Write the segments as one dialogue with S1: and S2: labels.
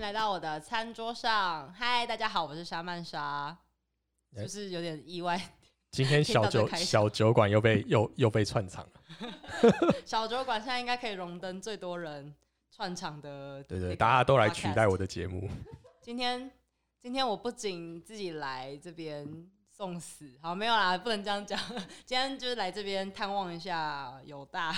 S1: 来到我的餐桌上。嗨，大家好，我是沙曼莎。
S2: 哎
S1: 就是有点意外，
S2: 今天
S1: 听到
S2: 小
S1: 这
S2: 酒
S1: 开始
S2: 小酒馆又被 又又被串场了，
S1: 小酒馆现在应该可以荣登最多人串场的。
S2: 对对，大家都来取代我。的节目，
S1: 今天，今天我不仅自己来这边送死，好没有啦，不能这样讲。 今天就是来这边探望一下友大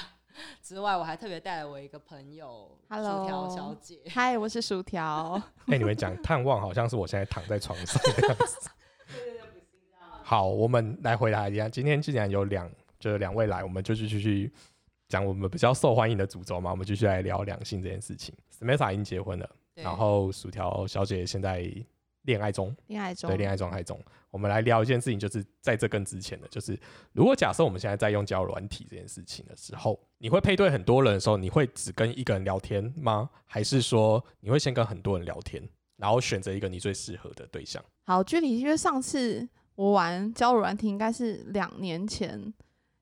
S1: 之外，我还特别带了我一个朋友
S3: Hello
S1: 薯条小姐。
S3: 嗨，我是薯条。
S2: 哎、你们讲探望好像是我现在躺在床 上的样子。好，我们来回答一下，今天既然有两就是两位来，我们就继续去讲我们比较受欢迎的主轴嘛，我们继续来聊两性这件事情。Smessa 已经结婚了，
S1: 对
S2: 然后薯条小姐现在恋爱中，
S3: 恋爱中，
S2: 对恋爱状态中，我们来聊一件事情，就是在这更之前的，就是如果假设我们现在在用交友软体这件事情的时候，你会配对很多人的时候，你会只跟一个人聊天吗？还是说你会先跟很多人聊天，然后选择一个你最适合的对象？
S3: 好，距离因为上次我玩交友软体应该是两年前，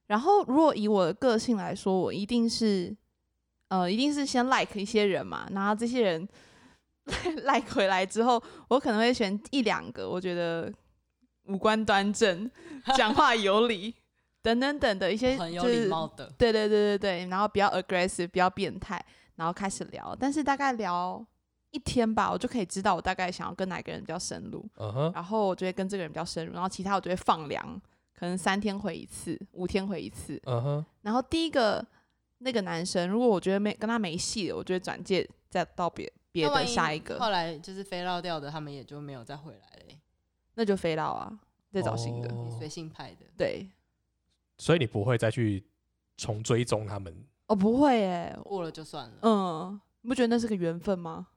S3: 然后如果以我的个性来说，我一定是呃，一定是先 like 一些人嘛，然后这些人 like 回来之后，我可能会选一两个我觉得五官端正、讲话有理 等等等的一些，
S1: 很有
S3: 就
S1: 礼
S3: 是
S1: 貌的，
S3: 对对对对对，然后比较 aggressive，比较变态，然后开始聊，但是大概聊一天吧，我就可以知道我大概想要跟哪个人比较深入，
S2: 嗯哼，
S3: 然后我就会跟这个人比较深入，然后其他我就会放凉，可能三天回一次，五天回一次。
S2: 嗯哼，
S3: 然后第一个那个男生，如果我觉得没跟他没戏了，我就会转介再到别别
S1: 那万
S3: 的下一
S1: 后
S3: 个，
S1: 来就是飞绕掉的，他们也就没有再回来了欸、
S3: 那就飞到啊，再找新的。
S2: 哦
S1: 你随性派的。
S3: 对，
S2: 所以你不会再去重追踪他们。
S3: 哦不会耶，
S1: 过了就算了。
S3: 嗯，你不觉得那是个缘分吗？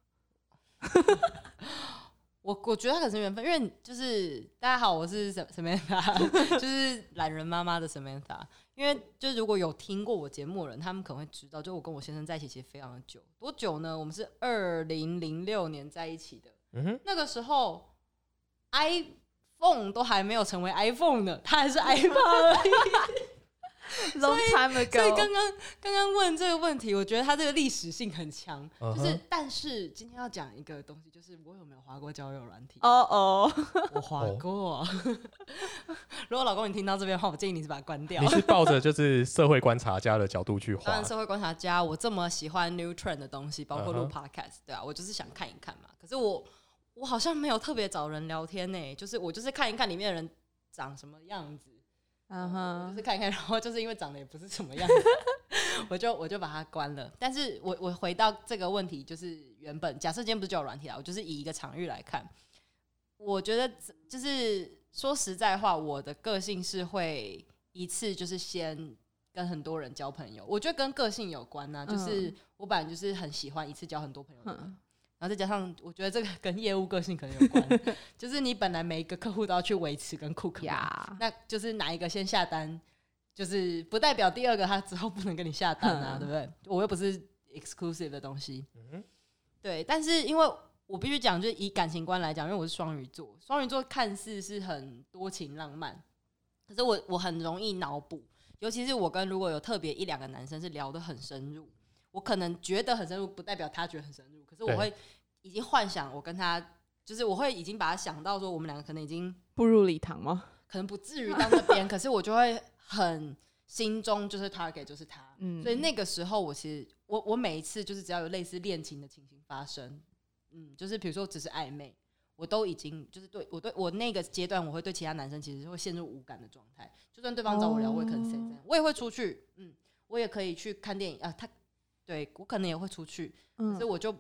S1: 我我觉得他可能是缘分，因为就是大家好，我是 Sam- Samantha，就是 懒人妈妈的 Samantha。因为就是如果有听过我节目的人，他们可能会知道，就我跟我先生在一起其实非常的久，多久呢？我们是二零零六年在一起的，
S2: 嗯哼，
S1: 那个时候 iPhone 都还没有成为 iPhone 呢，它还是 iPad 而已。
S3: Long time
S1: 所以刚
S3: ago，
S1: 刚刚刚问这个问题，我觉得它这个历史性很强。
S2: 嗯
S1: 就
S2: 哼
S1: 是，但是今天要讲一个东西，就是我有没有滑过交友软体？
S3: 哦哦，
S1: 我滑过。 如果老公你听到这边的话，我建议你是把它关掉
S2: 你。是抱着就是社会观察家的角度去
S1: 当
S2: 画
S1: 然，，社会观察家，我这么喜欢 new trend 的东西，包括录
S2: 嗯
S1: podcast，、对啊，我就是想看一看嘛。可是我我好像没有特别找人聊天呢、就是我就是看一看里面的人长什么样子，
S3: 嗯
S1: 我就
S3: 哼
S1: 是，看一看，然后就是因为长得也不是什么样 子，我就我就把它关了。但是我我回到这个问题，就是原本假设今天不是交友软体啦，我就是以一个场域来看，我觉得这就是说实在话，我的个性是会一次就是先跟很多人交朋友，我觉得跟个性有关呐、就是我本来就是很喜欢一次交很多朋友的人。
S3: 嗯
S1: 然后再加上，我觉得这个跟业务个性可能有 关，就是你本来每一个客户都要去维持跟顾客嘛
S3: 呀，
S1: 那就是哪一个先下单，就是不代表第二个他之后不能跟你下单啊，
S3: 嗯
S1: 对不对？我又不是 exclusive 的东西，
S2: 嗯哼
S1: 对。但是因为我必须讲，就是以感情观来讲，因为我是双鱼座，双鱼座看似是很多情浪漫，可是我我很容易脑补，尤其是我跟如果有特别一两个男生是聊得很深入，我可能觉得很深入，不代表他觉得很深入，可是我
S2: 对
S1: 会已经幻想我跟他，就是我会已经把他想到说我们两个可能已经。
S3: 步入礼堂吗？
S1: 可能不至 于到那边，可是我就会很心中就是 target 就是他，
S3: 嗯
S1: 所以那个时候我其实我我每一次就是只要有类似恋情的情形发生，嗯，就是比如说只是暧昧，我都已经就是对我对我那个阶段我会对其他男生其实是会陷入无感的状态，就算对方找我聊，我也可能 say
S3: 哦
S1: that，我也会出去，嗯，我也可以去看电影啊，他对我可能也会出去，
S3: 嗯
S1: 所以，我就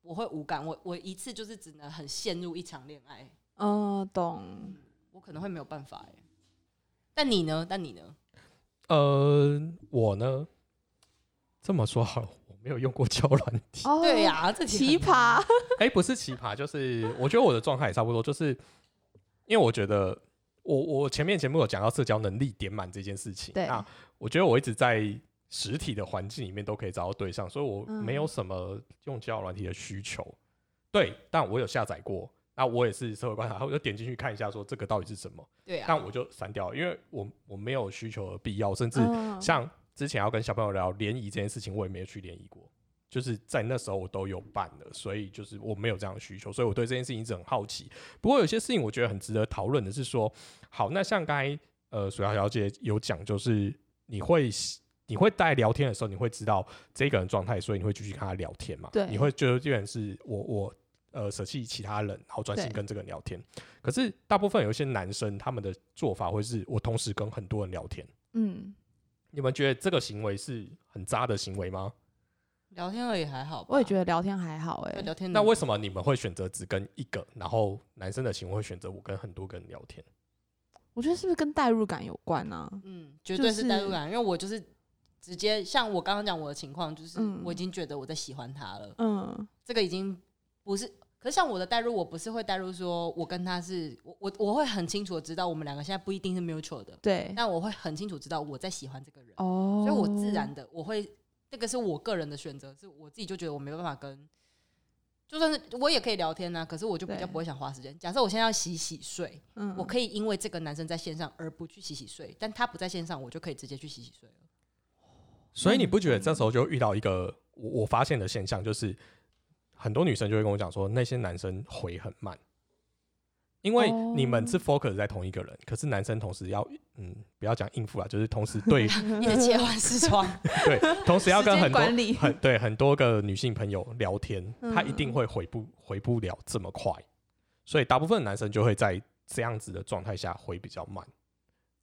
S1: 我会无感，我我一次就是只能很陷入一场恋爱，
S3: 哦，懂。
S1: 我可能会没有办法哎、但你呢？但你呢？
S2: 呃，我呢，这么说好了，我没有用过交友软体。
S3: 哦，
S1: 对、呀、这题
S3: 奇
S1: 很难
S3: 葩。
S2: 哎、不是奇葩，就是我觉得我的状态也差不多，就是因为我觉得我我前面节目有讲到社交能力点满这件事情，
S3: 对
S2: 那我觉得我一直在实体的环境里面都可以找到对象，所以我
S3: 嗯
S2: 没有什么用交友软体的需求。对，但我有下载过，那我也是社会观察，我就点进去看一下，说这个到底是什么，
S1: 对啊，
S2: 但我就删掉了，因为我我没有需求的必要，甚至
S3: 嗯
S2: 像之前要跟小朋友聊联谊这件事情，我也没有去联谊过。就是在那时候我都有办了，所以就是我没有这样的需求，所以我对这件事情一直很好奇。不过有些事情我觉得很值得讨论的是说，好，那像刚才呃水瑶小姐有讲，就是你会你会在聊天的时候，你会知道这个人状态，所以你会继续跟他聊天嘛？
S3: 对
S2: 你会觉得这个人是我我呃舍弃其他人，然后专心
S3: 对
S2: 跟这个人聊天。可是大部分有一些男生他们的做法会是我同时跟很多人聊天，
S3: 嗯，
S2: 你们觉得这个行为是很渣的行为吗？
S1: 聊天而已还好吧，
S3: 我也觉得聊天还好哎、
S1: 对聊天
S2: 那为
S1: 我
S2: 什么你们会选择只跟一个？然后男生的行为会选择我跟很多个人聊天？
S3: 我觉得是不是跟代入感有关啊？
S1: 嗯，绝
S3: 就
S1: 对是代
S3: 是
S1: 入感，因为我就是直接像我刚刚讲我的情况，就是
S3: 嗯
S1: 我已经觉得我在喜欢他了，
S3: 嗯，
S1: 这个已经不是。可是像我的代入，我不是会代入说，我跟他是我我我会很清楚的知道，我们两个现在不一定是 mutual 的，
S3: 对，
S1: 但我会很清楚知道我在喜欢这个人，
S3: 哦，
S1: 所以我自然的我会，这个是我个人的选择，是我自己就觉得我没办法跟，就算是我也可以聊天啊呐、可是我就比较
S3: 对
S1: 不会想花时间。假设我现在要洗洗睡，
S3: 嗯，
S1: 我可以因为这个男生在线上而不去洗洗睡，但他不在线上，我就可以直接去洗洗睡了。
S2: 所以你不觉得这时候就遇到一个我我发现的现象，就是很多女生就会跟我讲说，那些男生回很慢，因为
S3: 哦
S2: 你们是 focus 在同一个人，可是男生同时要嗯，不要讲应付啊，就是同时 对
S1: 一直切换视窗，
S2: 对，同时要跟
S3: 时
S2: 很
S3: 间
S2: 多
S3: 管理
S2: 很对很多个女性朋友聊天，
S3: 嗯
S2: 他一定会回不回不了这么快，所以大部分男生就会在这样子的状态下回比较慢。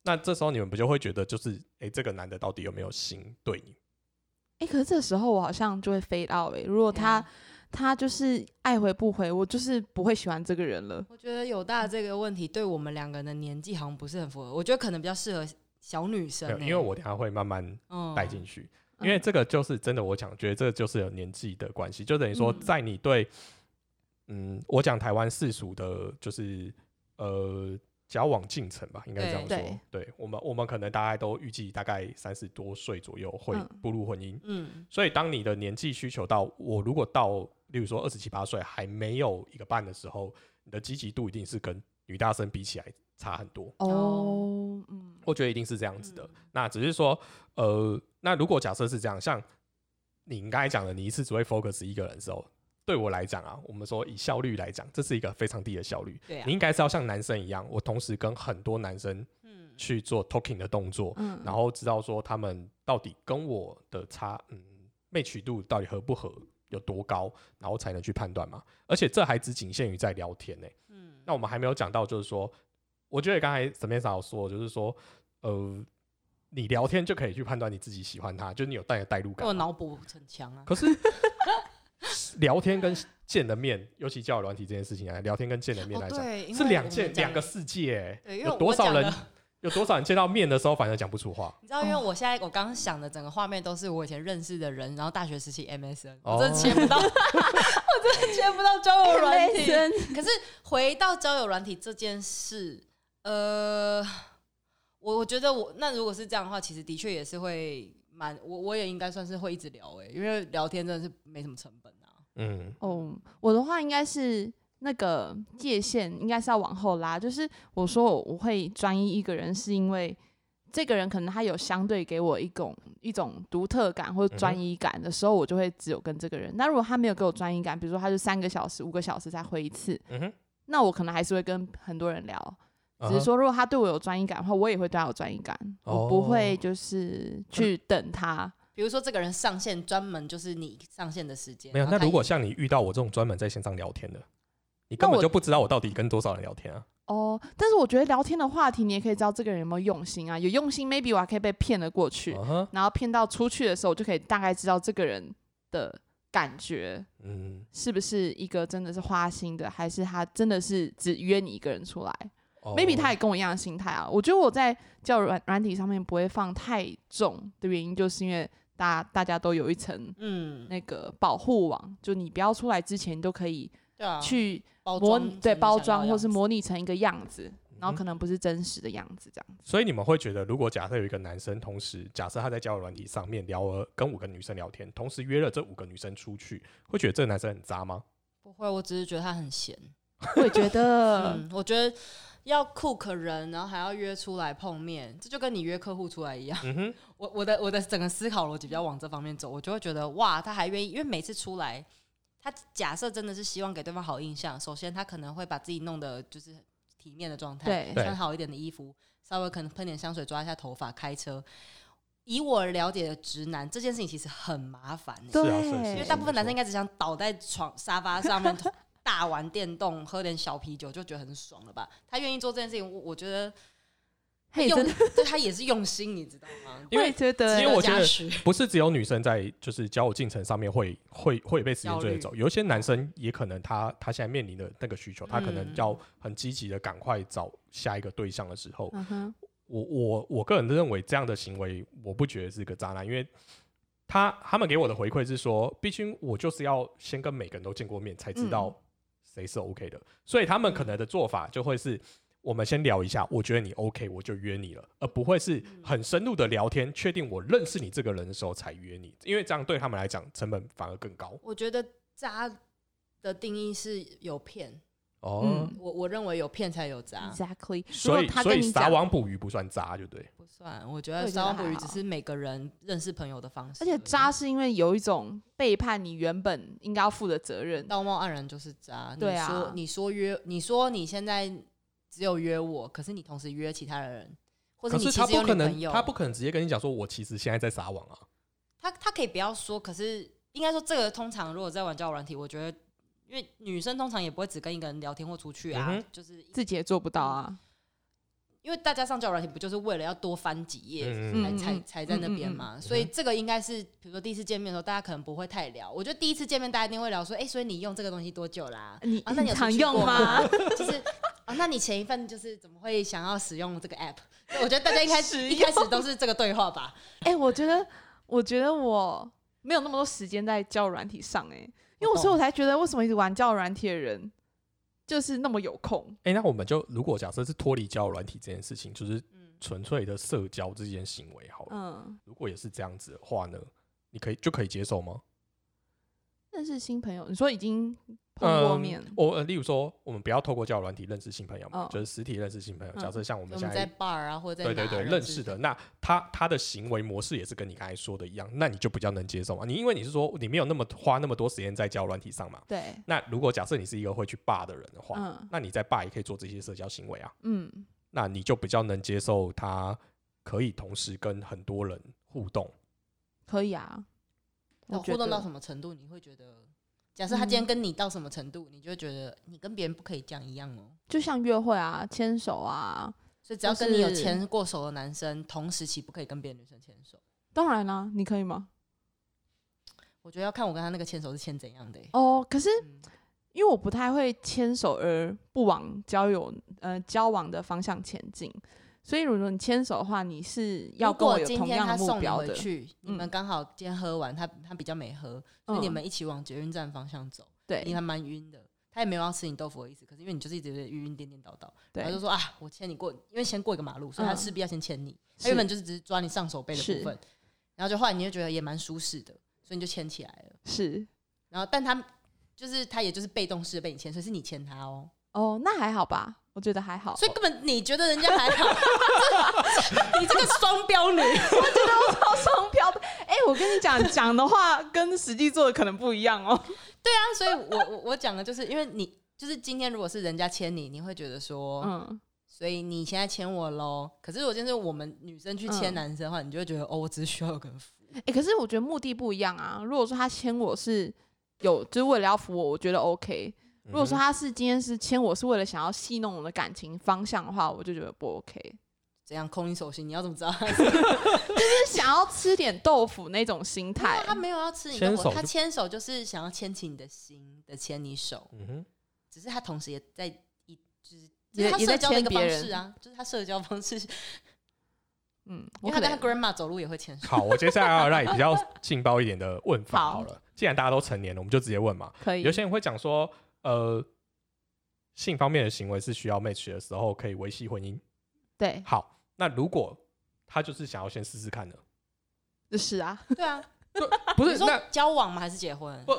S2: 那这时候你们不就会觉得就是，诶，这个男的到底有没有心对你？
S3: 哎、可是这时候我好像就会 fade out 哎、如果他、他就是爱回不回，我就是不会喜欢这个人了。
S1: 我觉得有大这个问题对我们两个人的年纪好像不是很符合，我觉得可能比较适合小女生
S2: 没有
S1: 欸、
S2: 因为我等一下会慢慢
S1: 嗯
S2: 带进去，因为这个就是真的，我讲觉得这就是有年纪的关系，就等于说
S1: 嗯
S2: 在你对，嗯，我讲台湾世俗的，就是呃交往进程吧，应该这样
S3: 对
S2: 说。对我们，我们可能大家都预计大概三十多岁左右会
S3: 嗯
S2: 步入婚姻，
S1: 嗯
S2: 所以当你的年纪需求到我如果到，例如说二十七八岁还没有一个伴的时候，你的积极度一定是跟女大生比起来差很多。
S3: 哦，嗯，
S2: 我觉得一定是这样子的。
S1: 嗯
S2: 那只是说，呃，那如果假设是这样，像你刚才讲的，你一次只会 focus 一个人的时候，对我来讲啊，我们说以效率来讲，这是一个非常低的效率。
S1: 对啊
S2: 你应该是要像男生一样，我同时跟很多男生
S1: 嗯
S2: 去做 talking 的动作，
S3: 嗯
S2: 然后知道说他们到底跟我的差，嗯，媚曲度到底合不合，有多高，然后才能去判断嘛。而且这还只仅限于在聊天呢、
S1: 嗯
S2: 那我们还没有讲到，就是说，我觉得刚才沈面嫂说，就是说，呃，你聊天就可以去判断你自己喜欢他，就是你有带有代入
S1: 我
S2: 感嘛。
S1: 脑补很强啊，
S2: 可是聊天跟见的面，尤其交友软体这件事情来，聊天跟见的面来讲、
S1: 哦对，因
S2: 是
S1: 为
S2: 两
S1: 我们
S2: 件
S1: 讲
S2: 两个世界、欸。
S1: 对，因为
S2: 有多
S1: 我
S2: 少
S1: 讲
S2: 人
S1: 的
S2: 有多少人见到面的时候反而讲不 出话？
S1: 你知道，
S3: 哦
S1: 因为我现在我刚刚想的整个画面都是我以前认识的人，然后大学时期 MSN，、
S2: 哦
S1: 我真的切不到， 我真的切不到交友软体。
S3: 生
S1: 可是回到交友软体这件事，呃，我我觉得我那如果是这样的话，其实的确也是会蛮我我也应该算是会一直聊欸诶、因为聊天真的是没什么成本啊。
S2: 嗯，
S3: 哦，我的话应该是那个界限应该是要往后拉，就是我说我我会专一一个人，是因为这个人可能他有相对给我一种一种独特感或者专
S2: 嗯
S3: 一感的时候，我就会只有跟这个人。那如果他没有给我专一感，比如说他就三个小时、五个小时才回一次，
S2: 嗯哼
S3: 那我可能还是会跟很多人聊。
S2: 嗯哼，
S3: 只是说，如果他对我有专一感的话，我也会对他有专一感，我不
S2: 哦
S3: 会就是去等他。
S1: 比如说这个人上线专门就是你上线的时间，
S2: 没有。
S1: 然后
S2: 那
S1: 他
S2: 如果
S1: 也
S2: 像你遇到我这种专门在线上聊天的，你根
S3: 那
S2: 本
S3: 我
S2: 就不知道我到底跟多少人聊天啊。
S3: 哦，但是我觉得聊天的话题，你也可以知道这个人有没有用心啊。有用心，maybe 我还可以被骗了过去，
S2: 嗯哼，
S3: 然后骗到出去的时候，我就可以大概知道这个人的感觉
S2: 嗯。
S3: 是不是一个真的是花心的，还是他真的是只约你一个人出来。maybe
S2: 哦
S3: 他也跟我一样的心态啊。我觉得我在教软软体上面不会放太重的原因，就是因为大大家都有一层
S1: 嗯，
S3: 那个保护网，就你不要出来之前都可以
S1: 对啊，
S3: 去
S1: 包
S3: 模
S1: 装
S3: 对
S1: 成你
S3: 包
S1: 想要
S3: 装，
S1: 的
S3: 或
S1: 样
S3: 是
S1: 子
S3: 模拟成一个样子，然后
S2: 嗯
S3: 可能不是真实的样子这样。
S2: 所以你们会觉得，如果假设有一个男生，同时假设他在交友软体上面聊了跟五个女生聊天，同时约了这五个女生出去，会觉得这个男生很渣吗？
S1: 不会，我只是觉得他很闲。
S3: 我也觉得
S1: 嗯，我觉得要 cook 人，然后还要约出来碰面，这就跟你约客户出来一样。
S2: 嗯哼，
S1: 我我的我的整个思考逻辑比较往这方面走，我就会觉得哇，他还愿意，因为每次出来，他假设真的是希望给对方好印象，首先他可能会把自己弄得就是体面的状态，
S3: 对
S2: 对
S1: 穿好一点的衣服，稍微可能喷点香水，抓一下头发，开车。以我了解的直男，这件事情其实很麻烦、欸，
S3: 对
S2: 是啊是啊是啊
S1: 因为
S2: 是
S1: 大
S2: 没
S1: 部分男
S2: 错
S1: 生应该只想倒在床沙发上 面大玩电动，喝点小啤酒就觉得很爽了吧？他愿意做这件事情，我我觉得他
S3: 嘿，
S1: 用
S3: 真的，
S1: 对他也是用心，你知道 吗？
S2: 因
S3: 我
S2: 为
S3: 也觉得
S2: 因为我觉得
S1: 加持
S2: 不是只有女生在就是交友进程上面会会会被时间追着
S1: 焦
S2: 走，有一些男生也可能他他现在面临的那个需求，他可能
S1: 嗯
S2: 要很积极的赶快找下一个对象的时候，
S3: 嗯哼，
S2: 我我我个人认为这样的行为，我不觉得是个渣男，因为他他们给我的回馈是说，毕竟我就是要先跟每个人都见过面，才知
S3: 嗯
S2: 道谁是 OK 的，所以他们可能的做法就会是。我们先聊一下，我觉得你 OK，我就约你了，而不会是很深入的聊天，确定我认识你这个人的时候才约你，因为这样对他们来讲成本反而更高。
S1: 我觉得渣的定义是有骗，
S2: 哦
S3: 嗯
S1: 我我认为有骗才有渣，
S3: ，exactly。如
S2: 所
S3: 果
S2: 以
S3: 他
S2: 所
S3: 跟
S2: 以
S3: 你
S2: 撒
S3: 讲，
S2: 嗯网捕鱼不算渣，就对。
S1: 不算。我觉
S3: 我
S1: 得
S3: 也觉
S1: 撒
S3: 得
S1: 网捕鱼
S3: 还好
S1: 只是每个人认识朋友的方式
S3: 而
S1: 已，
S2: 嗯
S3: 且渣是因为有一种背叛你原本应该要负的责任，
S1: 道貌岸然就是渣。
S3: 对啊
S1: 你说你说约，你说你现在只有约我，可是你同时约其他的人，或者
S2: 可
S1: 你
S2: 是
S1: 其实
S2: 他不
S1: 有女
S2: 可
S1: 朋
S2: 能，
S1: 友，
S2: 他不可能直接跟你讲说，我其实现在在撒网啊。
S1: 他他可以不要说，可是应该说这个通常如果在玩交友软体，我觉得因为女生通常也不会只跟一个人聊天或出去啊，
S2: 嗯哼
S1: 就是
S3: 自己也做不到啊。
S1: 因为大家上交友软体不就是为了要多翻几页才、
S2: 嗯
S3: 嗯
S1: 才
S3: 嗯
S1: 才在那边嘛？所以这个应该是，比如说第一次见面的时候，大家可能不会太聊。我觉得第一次见面大家一定会聊说，哎、所以你用这个东西多久啦、
S3: 你
S1: 啊那你有
S3: 常
S1: 出去过
S3: 用吗？
S1: 就是啊，那你前一份就是怎么会想要使用这个 app？所以我觉得大家一开始一开始都是这个对话吧。
S3: 哎、我觉得，我觉得我没有那么多时间在交友软体上、哎，因为
S1: 我
S3: 我
S1: 懂
S3: 所以我才觉得为什么一直玩交友软体的人就是那么有空，
S2: 哎、那我们就如果假设是脱离交友软体这件事情，就是
S1: 嗯，
S2: 纯粹的社交这件行为好了。
S3: 嗯，
S2: 如果也是这样子的话呢，你可以就可以接受吗？
S3: 认识新朋友，你说已经碰过面，
S2: 我、呃、例如说，我们不要透过交友软体认识新朋友嘛，
S3: 嗯
S2: 就是实体认识新朋友。
S3: 嗯
S2: 假设像我
S1: 我
S2: 们现
S1: 们在
S2: 在
S1: bar 啊，或者在
S2: 对对
S1: 哪
S2: 对
S1: 认
S2: 认识的，那他他的行为模式也是跟你刚才说的一样，那你就比较能接受嘛？你因为你是说你没有那么花那么多时间在交友软体上嘛？
S3: 对，
S2: 那如果假设你是一个会去霸的人的话，
S3: 嗯
S2: 那你在霸也可以做这些社交行为啊。
S3: 嗯，
S2: 那你就比较能接受他可以同时跟很多人互动。
S3: 可以啊。
S1: 那
S3: 我
S1: 哦
S3: 嗯
S1: 互动到什
S3: 么？
S1: 么程度，你会觉得？假设他今天跟你到什么程度，你就会觉得你跟别人不可以这样一样哦。
S3: 就像约会啊，牵手啊，
S1: 所以只要跟你有
S3: 就是
S1: 牵过手的男生，同时期不可以跟别的女生牵手。
S3: 当然啦、你可以吗？
S1: 我觉得要看我跟他那个牵手是牵怎样的、欸。
S3: 哦，可是
S1: 嗯
S3: 因为我不太会牵手而不往交友呃交往的方向前进，所以如果你牵手的话，你是要
S1: 如
S3: 跟我
S1: 果
S3: 有
S1: 今
S3: 同
S1: 天
S3: 样
S1: 他
S3: 的目
S1: 送你
S3: 标
S1: 回
S3: 的。
S1: 去，你们
S3: 嗯
S1: 刚好今天喝完，他他比较没喝，所以你们一起往捷运站方向走，你
S3: 对
S1: 还蛮晕的。他也没有要吃你豆腐的意思，可是因为你就是一直有点晕晕颠颠倒倒，他就
S3: 对，
S1: 说啊，我牵你过，因为先过一个马路，所以他
S3: 嗯
S1: 势必要先牵你。他
S3: 是
S1: 原本就是只是抓你上手背的部
S3: 是
S1: 分，然后就后来你就觉得也蛮舒适的，所以你就牵起来了。
S3: 是
S1: 然后但他就是他也就是被动式地被你牵，所以是你牵他哦，
S3: 哦，那还好吧，我觉得还好。
S1: 所以根本你觉得人家还好， 你这个双标女。
S3: 超双标的， 哎、我跟你讲，讲的话跟实际做的可能不一样哦。
S1: 啊所以我我我讲的就是，因为你就是今天如果是人家牵你，你会觉得说，
S3: 嗯，
S1: 所以你现在牵我喽。可是如果今天是我们女生去牵
S3: 嗯
S1: 男生的话，你就会觉得哦，我只是需要有个人扶。
S3: 哎、可是我觉得目的不一样啊。如果说他牵我是有，就是为了要扶我，我觉得 OK。如果说
S2: 嗯
S3: 他是今天是牵我是为了想要戏弄我的感情方向的话，我就觉得不 OK。
S1: 怎样空你手心？你要怎么知道？
S3: 就是想要吃点豆腐那种心态。
S1: 他没有要吃你
S2: 牵
S1: 的
S2: 手
S1: 我，他
S2: 就
S1: 牵手就是想要牵起你的心的牵你手，
S2: 哼嗯哼，
S1: 只是他同时也在一就是。就是
S3: 也也
S1: 他社
S3: 在
S1: 交的一
S3: 牵
S1: 个
S3: 别
S1: 方
S3: 人
S1: 式啊，就是他社交方式，因
S3: 嗯，
S1: 为
S3: 我
S1: 他
S3: 可
S1: 跟他
S3: 能
S1: grandma 走路也会牵手。
S2: 好，我接下来要让你比较劲爆一点的问法
S3: 好
S2: 好了。既然大家都成年了，我们就直接问嘛。
S3: 可以
S2: 有些人会讲说，呃，性方面的行为是需要 match 的时候可以维系婚姻。
S3: 对，
S2: 好，那如果他就是想要先试试看 呢？
S3: 就是啊，
S1: 对啊，
S2: 不
S1: 你
S2: 是，
S1: 说
S2: 那
S1: 交往吗？还是结婚？
S2: 不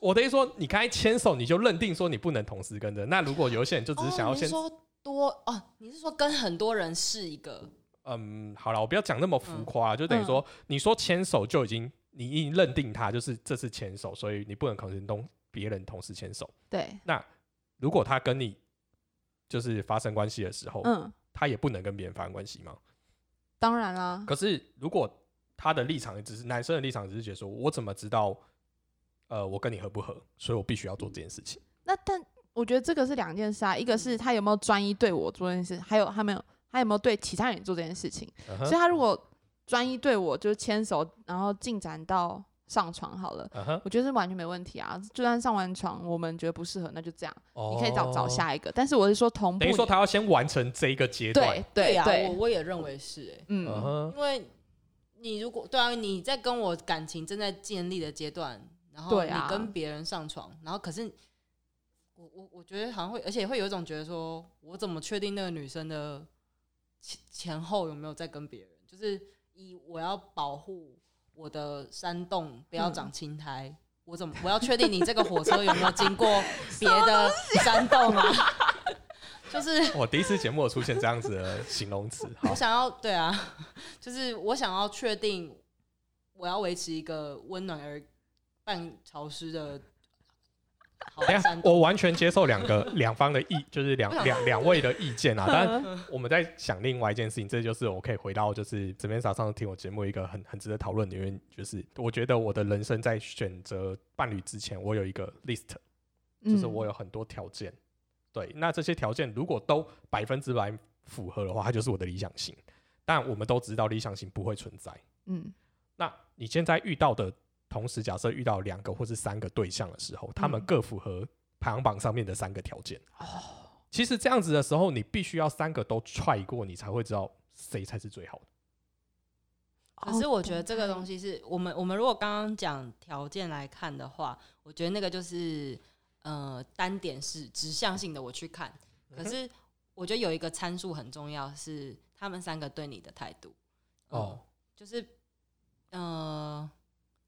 S2: 我的意思说，你刚才牵手你就认定说你不能同时跟着。那如果有些人就只是想要
S1: 哦、你
S2: 先
S1: 是说多哦，你是说跟很多人是一个
S2: 嗯，好了，我不要讲那么浮
S1: 嗯
S2: 夸、就等于
S3: 嗯
S2: 说、你说牵手就已经你已经认定他就是这是牵手，所以你不能可能同别人同时牵手。
S3: 对，
S2: 如果他跟你就是发生关系的时候，
S3: 嗯，
S2: 他也不能跟别人发生关系吗？
S3: 当然啦，
S2: 可是如果他的立场只是男生的立场，只是觉得说我怎么知道，呃，我跟你合不合，所以我必须要做这件事情。
S3: 那但我觉得这个是两件事啊，一个是他有没有专一对我做这件事，还有他没有他有没有对其他人做这件事情。
S2: 嗯
S3: 所以
S2: 哼，
S3: 他如果专一对我，就是牵手，然后进展到上床好了，
S2: 嗯哼，
S3: 我觉得是完全没问题啊。就算上完床，我们觉得不适合，那就这样，你可以找找
S2: 哦。
S3: 下一个。但是我是说同步
S2: 等
S3: 你，
S2: 于说他要先完成这一个阶段
S3: 对。对
S1: 呀、啊我
S3: 对，
S1: 我也认为是、欸，
S3: 嗯
S2: 嗯哼，
S1: 因为你如果对啊，你在跟我感情正在建立的阶段，然后
S3: 对
S1: 你
S3: 啊
S1: 跟别人上床，然后可是我我我觉得好像会，而且会有一种觉得说，我怎么确定那个女生的前前后有没有在跟别人？就是以我要保护我的山洞不要长青苔。
S3: 嗯
S1: 我怎么？我要确定你这个火车有没有经过别的山洞啊？ 就是
S2: 我哦第一次节目有出现这样子的形容词，好
S1: 我，想要对啊， 就是我想要确定，我要维持一个温暖而半潮湿的好
S2: 等一下
S1: 山，洞。
S2: 我完全接受两个两方的意，就是两两两位的意见啊。但我们在想另外一件事情，这就是我可以回到就是纸面上上次听我节目一个很很值得讨论的原因，就是我觉得我的人生在选择伴侣之前，我有一个 list，就是我
S3: 有
S2: 有很多条件。对，那这些条件如果都百分之百符合的话，它就是我的理想型。但我们都知道理想型不会存在。
S3: 嗯
S2: 那你现在遇到的同时，假设遇到两个或是三个对象的时候，他们各符合排行榜上面的三个条件。
S3: 哦，
S2: 其实这样子的时候，你必须要三个都踹过，你才会知道谁才是最好的。
S1: 可是我觉得这个东
S3: 西
S1: 西是我们我们如果刚刚讲条件来看的话，我觉得那个就是呃单点是指向性的我去看，
S2: 嗯
S1: 可是我觉得有一个参数很重要是他们三个对你的态度。嗯
S2: 哦，
S1: 就是呃，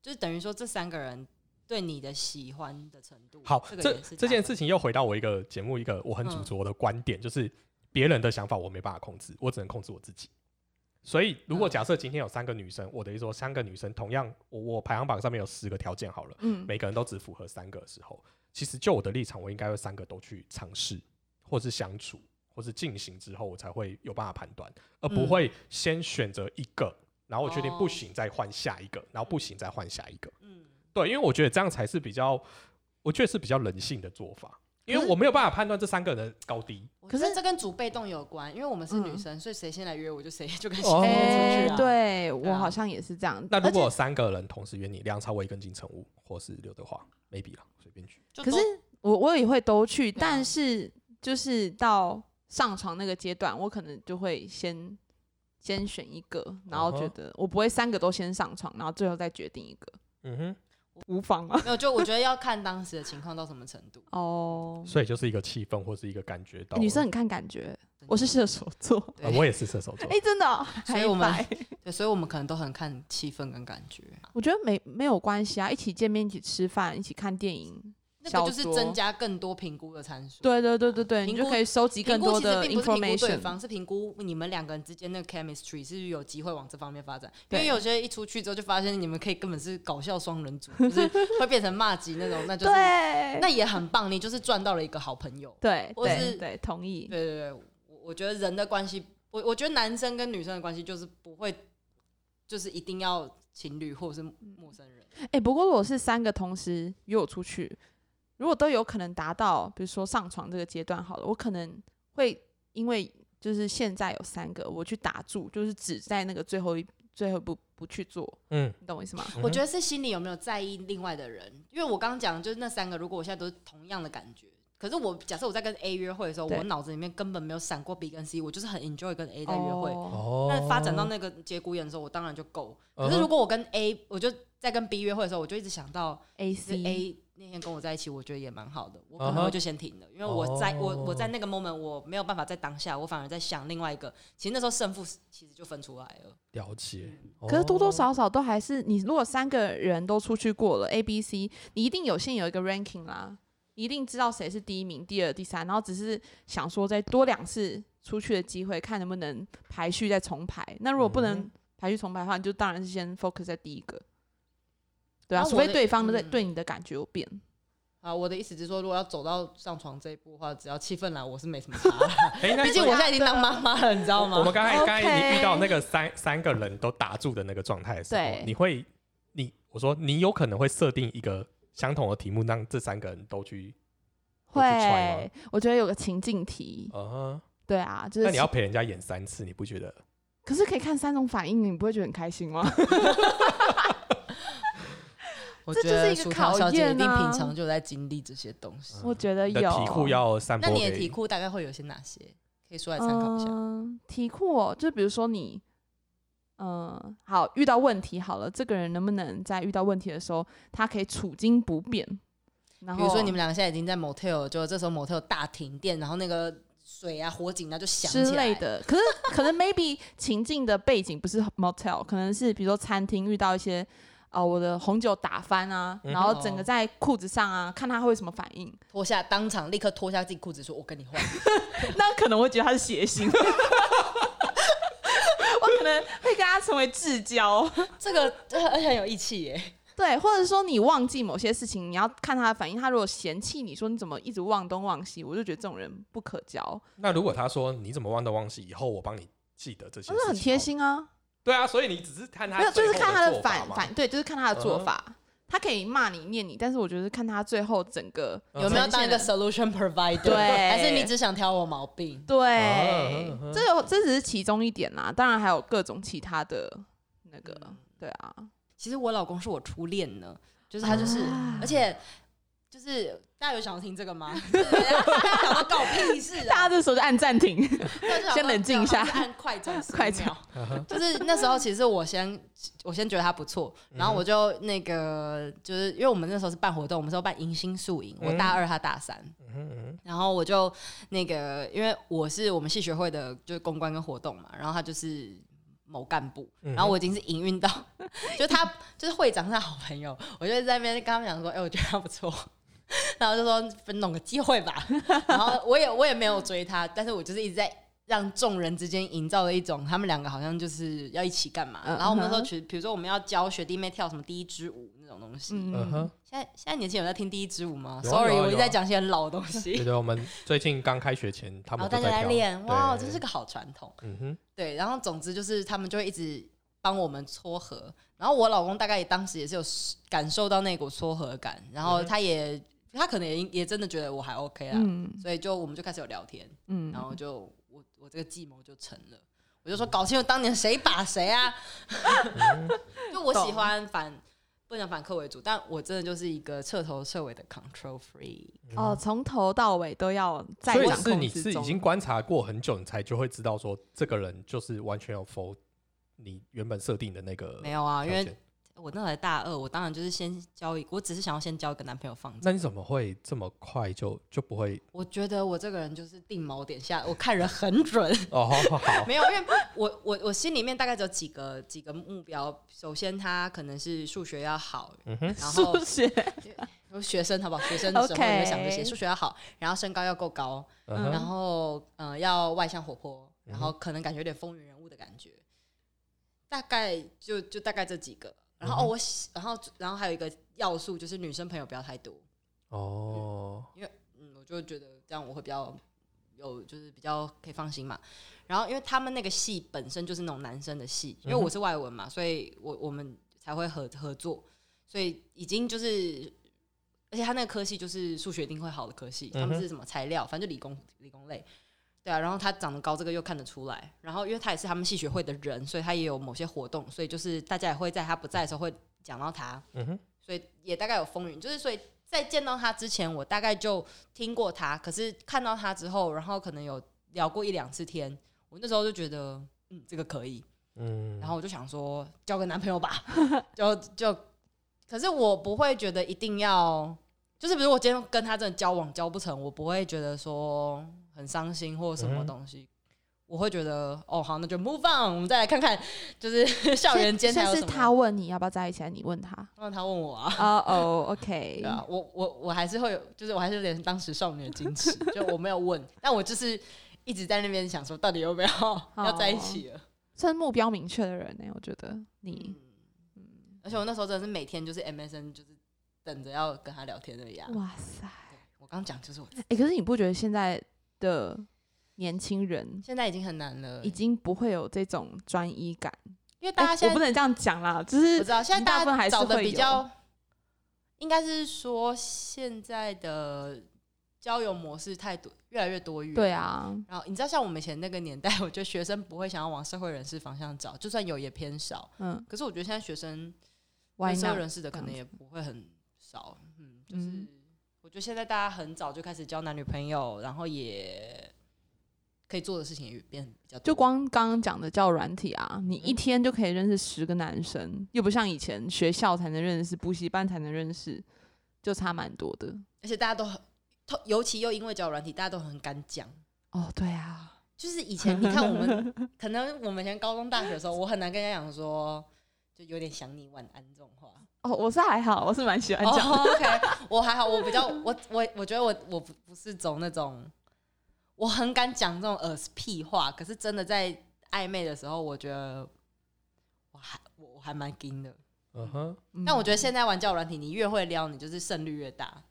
S1: 就是等于说这三个人对你的喜欢的程度。
S2: 好，
S1: 这
S2: 这
S1: 个也是
S2: 这
S1: 加
S2: 件
S1: 分
S2: 事情又回到我一个节目一个我很主着的观
S1: 嗯
S2: 点，就是别人的想法我没办法控制，我只能控制我自己。所以，如果
S1: 嗯
S2: 假设今天有三个女生，我的意思说，三个女生同样，我我排行榜上面有十个条件好了，
S3: 嗯
S2: 每个人都只符合三个的时候，其实就我的立场，我应该会三个都去尝试，或是相处，或是进行之后，我才会有办法判断，而不
S1: 嗯
S2: 会先选择一个，然后我确定
S1: 哦
S2: 不行再换下一个，然后不行再换下一个。
S1: 嗯，
S2: 对，因为我觉得这样才是比较，我觉得是比较人性的做法，因为
S3: 可是
S2: 我没有办法判断这三个人的高低。
S1: 我
S3: 可
S1: 觉得
S3: 是
S1: 这跟主被动有关，因为我们是女
S3: 嗯
S1: 生，所以谁先来约我就谁 就跟谁
S2: 哦
S1: 约
S3: 哎
S1: 出去啊。，
S3: 对
S1: 对
S3: 我
S1: 啊
S3: 好像也是这样。
S2: 那如
S3: 而且
S2: 果有三个人同时约你，梁朝伟跟金城武，或是刘德华，maybe 啦，随便举。
S1: 就
S3: 可
S1: 都
S3: 是我我也会都去，
S1: 对啊
S3: 但是就是到上床那个阶段，我可能就会先先选一个，然后
S2: 嗯哼
S3: 觉得我不会三个都先上床，然后最后再决定一个，
S2: 嗯哼，
S3: 无妨啊。
S1: 没有，就我觉得要看当时的情况到什么程度。
S3: 哦，
S2: 所以就是一个气氛或是一个感觉到
S3: 女
S2: 了
S3: 生很看感觉，我是射手 座，
S2: 呃，我也是射手座
S3: 哎、。真的哦、
S1: 所以我们
S3: 还白
S1: 对，所以我们可能都很看气氛跟感觉，
S3: 我觉得没没有关系啊，一起见面，一起吃饭，一起看电影。
S1: 那
S3: 小
S1: 个就是
S3: 酌
S1: 增加更多评估的参数。
S3: 对对对对对，你
S1: 评
S3: 就
S1: 估
S3: 可以收集
S1: 评
S3: 更
S1: 估
S3: 多
S1: 其实
S3: 的
S1: 并不是评估对
S3: information。
S1: 方，是评估你们两个人之间那个 chemistry 是不是有机会往这方面发展。因
S3: 对
S1: 为有些一出去之后就发现你们可以根本是搞笑双人组，就是会变成骂级那种，那就是
S3: 对，
S1: 那也很棒，你就是赚到了一个好朋友。
S3: 对
S1: 或
S3: 对
S1: 是
S3: 对，同意。
S1: 对对对，我我觉得人的关系，我我觉得男生跟女生的关系就是不会，就是一定要情侣或者是陌生人。
S3: 哎、不过如果是三个同时约我出去，如果都有可能达到，比如说上床这个阶段好了，我可能会因为就是现在有三个，我去打住，就是只在那个最后一最后一步不去做，
S2: 嗯，
S3: 你懂我意思 吗？
S1: 我觉得是心里有没有在意另外的人，因为我刚刚讲的就是那三个，如果我现在都是同样的感觉，可是我假设我在跟 A 约会的时候，
S3: 对
S1: 我脑子里面根本没有闪过 B 跟 C，我就是很 enjoy 跟 A 在约会。
S2: 哦
S3: 哦
S1: 那发展到那个节骨眼的时候，我当然就够。可
S2: 嗯
S1: 是
S2: 哼
S1: 如果我跟 A，我就在跟 B 约会的时候，我就一直想到
S3: A
S1: 其
S3: C
S1: 实 A 那天跟我在一起，我觉得也蛮好的，我
S2: 啊
S1: 可
S2: 哈
S1: 能我就先停了，因为我在我
S2: 哦
S1: 我在那个 moment 我没有办法在当下，我反而在想另外一个。其实那时候胜负是其实就分出来了，
S2: 了解，
S3: 可是多多
S2: 哦
S3: 少少都还是你，如果三个人都出去过了 A、B、C，你一定有先有一个 ranking 啦。一定知道谁是第一名、第二、第三，然后只是想说再多两次出去的机会，看能不能排序再重排。那如果不
S2: 嗯
S3: 能排序重排的话，你就当然是先 focus 在第一个。对啊，
S1: 啊
S3: 除
S1: 我
S3: 非
S1: 的
S3: 对方的对
S1: 嗯
S3: 对你的感觉有变，
S1: 啊，我的意思是说，如果要走到上床这一步的话，只要气氛来，我是没什么差 啦。
S2: 哎，那
S1: 毕竟我现在已经当妈妈了，你知道
S2: 我们
S1: 吗？
S2: 刚才
S3: OK
S2: 刚才你遇到那个三三个人都打住的那个状态的时候
S3: 对，
S2: 你会你我说你有可能会设定一个相同的题目，让这三个人都去都去踹吗
S3: 会，我觉得有个情境题，
S2: 嗯哼，
S3: 对啊，就
S2: 那
S3: 是
S2: 你要陪人家演三次，你不觉得？
S3: 可是可以看三种反应，你不会觉得很开心吗？
S1: 我
S3: 这
S1: 觉
S3: 就是
S1: 得
S3: 一个
S1: 薯条小
S3: 考
S1: 姐
S3: 验
S1: 一定
S3: 啊
S1: 平常就在经历这些东西。
S3: 我觉得
S2: 你的
S3: 有
S2: 题库要散
S1: 那
S2: 播
S1: 你的题
S2: 嗯给
S1: 库大概会有些哪些？可以说来参考一下。
S3: 嗯、题库哦，就比如说你，嗯，好，遇到问题好了，这个人能不能在遇到问题的时候，他可以处境不变？然
S1: 比
S3: 后，
S1: 如说你们两个现在已经在 motel，了就这时候 motel 大停电，然后那个水啊火警啊就响
S3: 之
S1: 起来
S3: 类。的，可是可能 maybe 情境的背景不是 motel，可能是比如说餐厅遇到一些。啊、我的红酒打翻啊，
S2: 嗯
S3: 然后整个
S1: 哦
S3: 在裤子上啊，看他会有什么反应。
S1: 脱下当场立刻脱下自己裤子，说：“我跟你换。
S3: 那可能会觉得他是谐 星，我可能会跟他成为至交。”
S1: 这个这个而且很有义气耶。
S3: 对，或者说你忘记某些事情，你要看他的反应。他如果嫌弃你说你怎么一直忘东忘西，我就觉得这种人不可交，
S2: 那如果他说你怎么忘东忘西，以后我帮你记得这些，
S3: 但哦是很贴。心啊。
S2: 对啊，所以你只是看他
S3: 没有，就是
S2: 最后
S3: 看他
S2: 做
S3: 的
S2: 法
S3: 反
S2: 嘛
S3: 反，对，就是看他的
S2: 嗯
S3: 做
S2: 哼
S3: 法。他可以骂你、念你，但是我觉得看他最后整个
S2: 嗯
S1: 有没有当一个
S3: 呈现
S1: solution provider？
S3: 对
S1: 还是你只想挑我毛病？
S3: 对
S2: 嗯哼，
S3: 这有这只是其中一点啦。当然还有各种其他的那个，对啊，
S1: 其实我老公是我初恋呢，就是他就是，
S3: 啊
S1: 而且就是大家有想要听这个吗？ 就是大家想到告屁事
S3: 大家
S1: 啊！
S3: 这时候就按暂停，
S1: 大家就想说
S3: 先冷静一下
S1: 这样按快转十
S3: 快
S1: 秒
S3: 转。
S2: 嗯哼
S1: 就是那时候，其实我先我先觉得他不错，然
S3: 嗯
S1: 后我就那个就是因为我们那时候是办活动，我们是要办迎新宿营，我大二他大三，
S2: 嗯哼嗯
S1: 然后我就那个因为我是我们系学会的就是公关跟活动嘛，然后他就是某干部，
S2: 嗯哼，
S1: 然后我已经是营运到， 就他就是会长是他好朋友，我就在那边跟他们讲说，哎、我觉得他不错， 然后就说分弄个机会吧， 然后我也我也没有追他，但是我就是一直在让众人之间营造了一种他们两个好像就是要一起干嘛，
S3: 嗯
S1: 然后我们那时候
S3: 嗯哼
S1: 去，比如说我们要教学弟妹跳什么第一支舞那种东西，
S2: 嗯
S3: 嗯
S2: 哼，，
S1: 现在现在年轻人有在听第一支舞吗
S2: 有啊
S1: ？Sorry，
S2: 有啊
S1: 我一直
S2: 有啊
S1: 在讲一些很老的东西
S2: 觉，得我们最近刚开学前他
S1: 然后
S2: 们都
S1: 大家
S2: 在
S1: 来
S2: 跳
S1: 练，哇，
S2: 对
S1: 真是个好传统。
S2: 嗯哼。
S1: 对，然后总之就是他们就会一直帮我们撮合，然后我老公大概也当时也是有感受到那股撮合感，然后
S2: 嗯哼
S1: 他也、他可能也也真的觉得我还 OK 啦，
S3: 嗯
S1: 所以就我们就开始有聊天，
S3: 嗯
S1: 啊然后就我我这个计谋就成了，我就说搞清楚当年谁把谁啊，
S2: 嗯
S1: 就我喜欢反。不能反客为主，但我真的就是一个彻头彻尾的 control free。
S3: 哦，从头到尾都要在
S2: 所以
S3: 掌
S2: 是
S3: 控
S2: 你
S3: 之
S2: 是已
S3: 中
S2: 经观察过很久，你才就会知道说这个人就是完全有否你原本设定的那个
S1: 没有啊，因
S2: 条
S1: 为
S2: 件。
S1: 我那时候才大二，我当然就是先交一，我只是想要先交一个男朋友放着。
S2: 那你怎么会这么快就就不会？
S1: 我觉得我这个人就是定锚点下，我看人很 准。
S2: 哦，好，好
S1: 没有，因为我我我心里面大概只有几个几个目标。首先，他可能是数学要好，
S2: 嗯哼，
S1: 然后
S3: 数学，
S1: 有学生好不好？学生的时候
S3: OK
S1: 你会想这些，数学要好，然后身高要够高，
S2: 嗯
S1: 然
S2: 哼，
S1: 后嗯、呃要外向活泼，
S2: 嗯哼
S1: 然后可能感觉有点风云人物的感觉。大概就就大概这几个。然
S2: 嗯
S1: 后、
S2: 哼
S1: 哦，我喜然后然后还有一个要素就是女生朋友不要太多。
S2: 哦，
S1: 嗯，我就觉得这样我会比较有，就是比较可以放心嘛。然后因为他们那个戏本身就是那种男生的戏，因为
S2: 嗯哼
S1: 我是外文嘛，所以我我们才会合合作，所以已经就是，而且他那个科系就是数学一定会好的科系，他
S2: 嗯
S1: 们
S2: 哼
S1: 是什么材料，反正就理工理工类。对啊，然后他长得高，这个又看得出来。然后，因为他也是他们系学会的人，所以他也有某些活动，所以就是大家也会在他不在的时候会讲到他。
S2: 嗯哼，
S1: 所以也大概有风云，就是所以在见到他之前，我大概就听过他，可是看到他之后，然后可能有聊过一两次天，我那时候就觉得，嗯，这个可以，
S2: 嗯，
S1: 然后我就想说交个男朋友吧， 就就，可是我不会觉得一定要，就是比如我今天
S3: 嗯
S1: 跟他真的交往交不成，我不会觉得说很伤心或什么东西，我会觉得哦好，那就 move on，我们再来看看就是 校园间还有
S3: 是
S1: 什
S3: 是他
S1: 么。
S3: 问你要不要在一起，还是你 问他？
S1: 让他问我啊，
S3: 哦哦，OK，
S1: 对啊，我我我还是会有，就是我还是有点当时少女的矜持，就我没有问，但我就是一直在那边想说，到底要不要
S3: 哦
S1: 要在一起了。
S3: 这是目标明确的人呢、我觉得你
S1: 嗯，而且我那时候真的是每天就是 MSN 就是等着要跟他聊天的呀。
S3: 哇塞，
S1: 我刚讲就是我自己
S3: 哎、可是你不觉得现在的年轻人
S1: 现在已经很难了，
S3: 已
S1: 因
S3: 经不会有这种专一感？
S1: 为大家
S3: 哎
S1: 现在
S3: 我不能这样讲啦，就是
S1: 我知道现在大
S3: 大部分还
S1: 家
S3: 是
S1: 找的
S3: 会
S1: 比
S3: 有
S1: 较，应该是说现在的交友模式太多，越来越多元。
S3: 对。啊，
S1: 然后你知道，像我们以前那个年代， 我觉得学生不会想要往社会人士方向找，就算有也偏少。
S3: 嗯
S1: 可是我觉得现在学生
S3: ，Why
S1: 对社
S3: not？
S1: 会人士的可
S3: 这
S1: 能
S3: 样
S1: 也不会很少。嗯，就是、
S3: 嗯
S1: 我觉得现在大家很早就开始交男女朋友，然后也可以做的事情也变比较多。
S3: 就光刚刚讲的叫软体啊，你一
S1: 嗯
S3: 天就可以认识十个男生，又不像以前学校才能认识，补习班才能认识，就差蛮多的。
S1: 而且大家都很，特尤其又因为交友软体，大家都很敢讲。
S3: 哦，对 啊，
S1: 就是以前你看我 们，可能我们以前高中、大学的时候，我很难跟人家讲说，就有点想你晚安这种话。
S3: 哦，我是还好，我是蛮喜欢讲。
S1: o k 哦 我还好，我比较我我我觉得我我不不是走那种，我很敢讲这种耳屁话，可是真的在暧昧的时候，我觉得我还我我还蛮硬的。
S2: 嗯哼，
S3: 嗯
S1: 但我觉得现在玩交友软体，你越会撩，你就是胜率越大。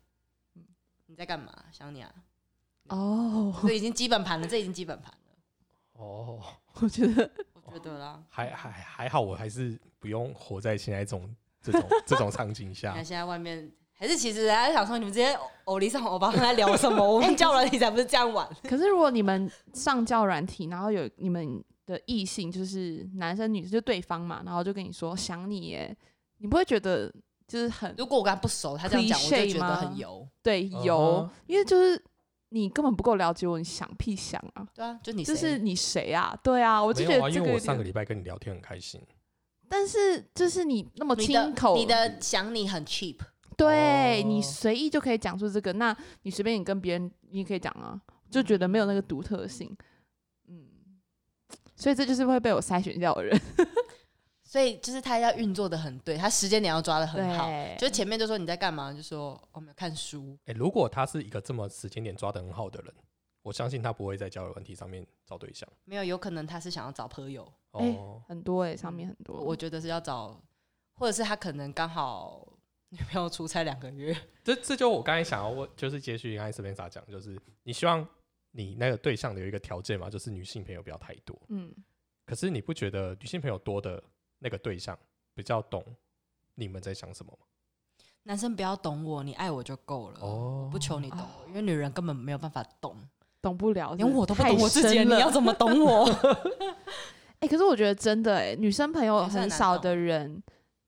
S1: 嗯你在干嘛？想你啊，
S3: 哦，
S1: 这已经基本盘了，这已经基本盘了，
S2: 哦，
S3: 我觉 得
S1: 我觉得啦。
S2: 还还还好，我还是不用活在现在这种这种这种场景
S1: 你
S2: 下
S1: 看。现在外面，还是其实人家想说你们这些偶里上欧巴在聊什么？我们叫软体才不是这样玩。
S3: 可是如果你们上教软体，然后有你们的异性，就是男生女生就对方嘛，然后就跟你说想你耶，你不会觉得就是很
S1: 如果我跟他不熟，他这样讲，我
S3: Cliche
S1: 就觉得
S3: 吗
S1: 很油。
S3: 对
S2: 嗯哼
S3: 有，因为就是你根本不够了解我，你想屁想啊，
S1: 对啊，就你
S3: 就
S1: 谁
S3: 是你谁啊？对啊，我就
S2: 没
S3: 觉
S2: 有
S3: 得
S2: 啊，
S3: 这
S2: 因
S3: 个
S2: 为我
S3: 有
S2: 上
S3: 点
S2: 个礼拜跟你聊天很开心。
S3: 但是就是你那么
S1: 你
S3: 亲
S1: 的
S3: 口，
S1: 你的想你很 cheap，
S3: 对你
S2: 哦
S3: 随意就可以讲出这个，那你随便你跟别人你也可以讲啊，
S1: 嗯
S3: 就觉得没有那个独特性，嗯，所以这就是会被我筛选掉的人，
S1: 所以就是他要运作的很对，他时间点要抓的很好。
S3: 对
S1: 就前面就说你在干嘛，就说我们看书，
S2: 哎、如果他是一个这么时间点抓的很好的人，我相信他不会在交友问题上面找对象。
S1: 没有，有可能他是想要找朋友，
S2: 哦，
S3: 哎很多哎、上面很多，
S1: 嗯我我觉得是要找，或者是他可能刚好女朋友出差两个月，
S2: 这这就我刚才想要问，就是接续刚才 s p e n 讲，就是你希望你那个对象的有一个条件嘛，就是女性朋友不要太多。
S3: 嗯，
S2: 可是你不觉得女性朋友多的那个对象比较懂你们在想什么吗？
S1: 男生不要懂我，你爱我就够了，
S2: 哦
S1: 我不求你懂我，因为女人根本没有办法懂，
S3: 懂不了，
S1: 连我都不
S3: 哦太
S1: 懂我自己了，
S3: 深
S1: 你
S3: 了
S1: 要怎么懂我？
S3: 哎、可是我觉得真的哎、女生朋友
S1: 还是很
S3: 很
S1: 难
S3: 少
S1: 懂
S3: 的人，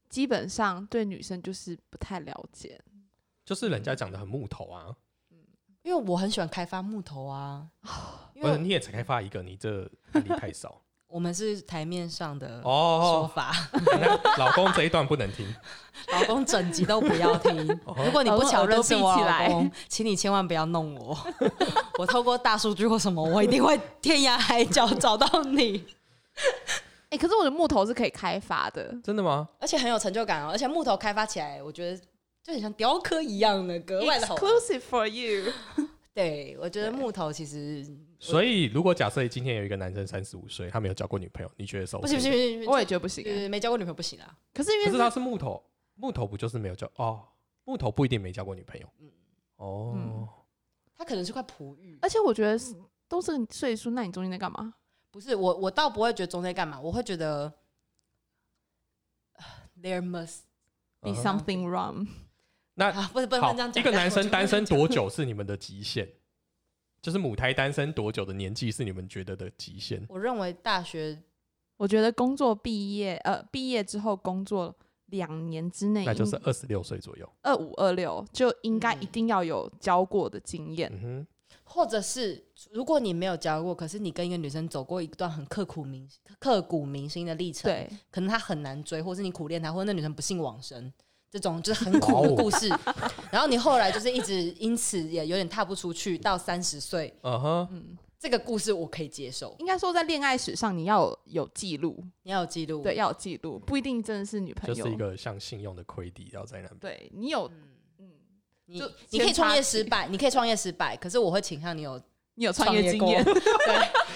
S3: 基本上对女生就是不太了解，
S2: 就是人家讲的很木头啊，
S1: 因为我很喜欢开发木头啊，因
S2: 不是
S1: 为
S3: 嗯
S2: 你也才开发一个，你 这案例太少
S1: 我们是台面上的嗯说
S2: 哦。
S1: 法，
S2: 那老公这一段不能听，
S1: 老公整集都不要听。如
S2: 哦、
S1: 果你不巧认识我
S3: 老公
S1: 老
S3: 耳朵闭
S1: 公，请你千万不要弄我。 我透过大数据或什么，我一定会天涯海 角找到你，
S3: 哎、可是我的木头是可以开发的，
S2: 真的吗？
S1: 而且很有成就感哦。而且木头开发起来，我觉得就很像雕刻一样的，格外的好玩。
S3: exclusive for you。
S1: 对，我觉得
S3: 对
S1: 木头其实
S2: 所以如果假设今天有一个男生三十五岁，他没有交过女朋友，你觉得是 OK
S1: 不
S2: 的？
S1: 行不行不行，不行
S3: 我也觉得不行、欸
S1: 就是没交过女朋友不行啊。
S3: 可是因为
S2: 可是他是木头，木头不就是没有交哦？木头不一定没交过女朋友。
S1: 嗯
S2: 哦，
S3: 嗯
S1: 他可能是块璞玉，
S3: 而且我觉得是都是岁数，那你中间在干嘛？
S1: 不是我，我倒不会觉得中间干嘛，我会觉得呃 there must
S3: 比
S2: 嗯哼
S3: something wrong，
S1: 啊，不是不能不
S2: 好
S1: 能这样，讲。
S2: 一个男生单身多久是你们的 极限？就是母胎单身多久的年纪是你们觉得的极限？
S1: 我认为大学
S3: 我觉得工作毕业，呃，毕业之后工作两年之
S1: 哎
S3: 内，
S2: 那就是二十六岁左右。
S3: 二五二六就应该
S1: 嗯
S3: 一定要有交过的经验。
S2: 嗯哼，
S1: 或者是如果你没有交过，可是你跟一个女生走过一段很刻苦铭刻骨铭心的历程，
S3: 对，
S1: 可能她很难追，或是你苦恋她，或者那女生不幸往生，这种就是很苦的故事。
S3: 哦
S1: 然后你后来就是一直因此也有点踏不出去，到三十岁，
S2: 嗯哼，
S3: 嗯，
S1: 这个故事我可以接受，
S3: 应该说在恋爱史上你要有有记录，
S1: 你要有记录。
S3: 对，，要有记录，不一定真的是女朋
S2: 就
S3: 友，
S2: 是一个像信用的亏底要在那边。
S3: 对你有
S1: 嗯，
S3: 嗯，
S1: 你
S3: 就
S1: 你可以
S3: 先
S1: 创
S3: 插
S1: 业
S3: 曲
S1: 失败，你可以创业失败，可是我会倾向你有
S3: 你有创
S1: 创
S3: 业
S1: 业
S3: 经
S1: 过。
S3: 验，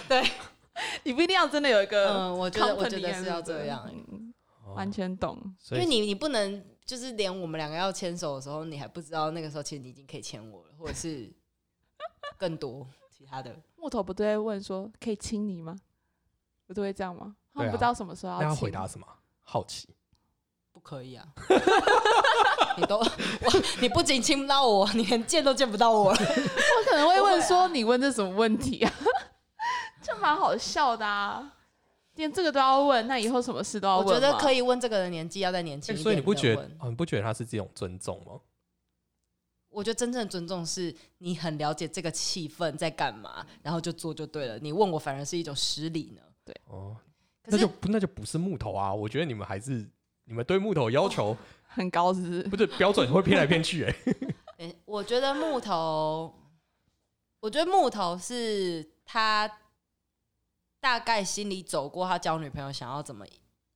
S1: 对，
S3: 你不一定要真的有一个 company 啊。
S1: 嗯，我觉得我觉得是要这样，欸
S3: 嗯，
S2: 哦
S3: 完全懂。
S1: 因
S2: 所
S1: 为
S2: 以
S1: 你你不能就是连我们两个要牵手的时候，你还不知道那个时候其实你已经可以牵我了，或者是更多其他的。
S3: 木头不对，问说可以亲你吗？不都会这样吗？他
S2: 对
S3: 们
S2: 啊
S3: 不知道什么时候
S2: 那要
S3: 亲。
S2: 回答什么？好奇，
S1: 不可以 啊！你都我你不仅亲不到我，你连见都见不到 我了。
S3: 我可能会
S1: 不会
S3: 问
S1: 啊
S3: 说：“你问这什么问题啊？” 就蛮好笑的啊！连这个都要问，那以后什么事都要
S1: 我
S3: 问
S1: 觉得
S3: 吗
S1: 可以问这个的年纪要再年轻一点、
S2: 所以你不觉得
S1: 再问？
S2: 哦你不觉得他是这种尊重吗？
S1: 我觉得真正的尊重是你很了解这个气氛在干嘛，然后就做就对了。你问我反而是一种失礼呢。
S2: 哦，
S1: 可
S2: 那
S1: 是
S2: 就不那就不是木头啊！我觉得你们还是你们对木头要求
S3: 很高，是不是？
S2: 不是标准会偏来偏去哎、
S1: 诶我觉得木头，我觉得木头是他大概心里走过他交女朋友想要怎么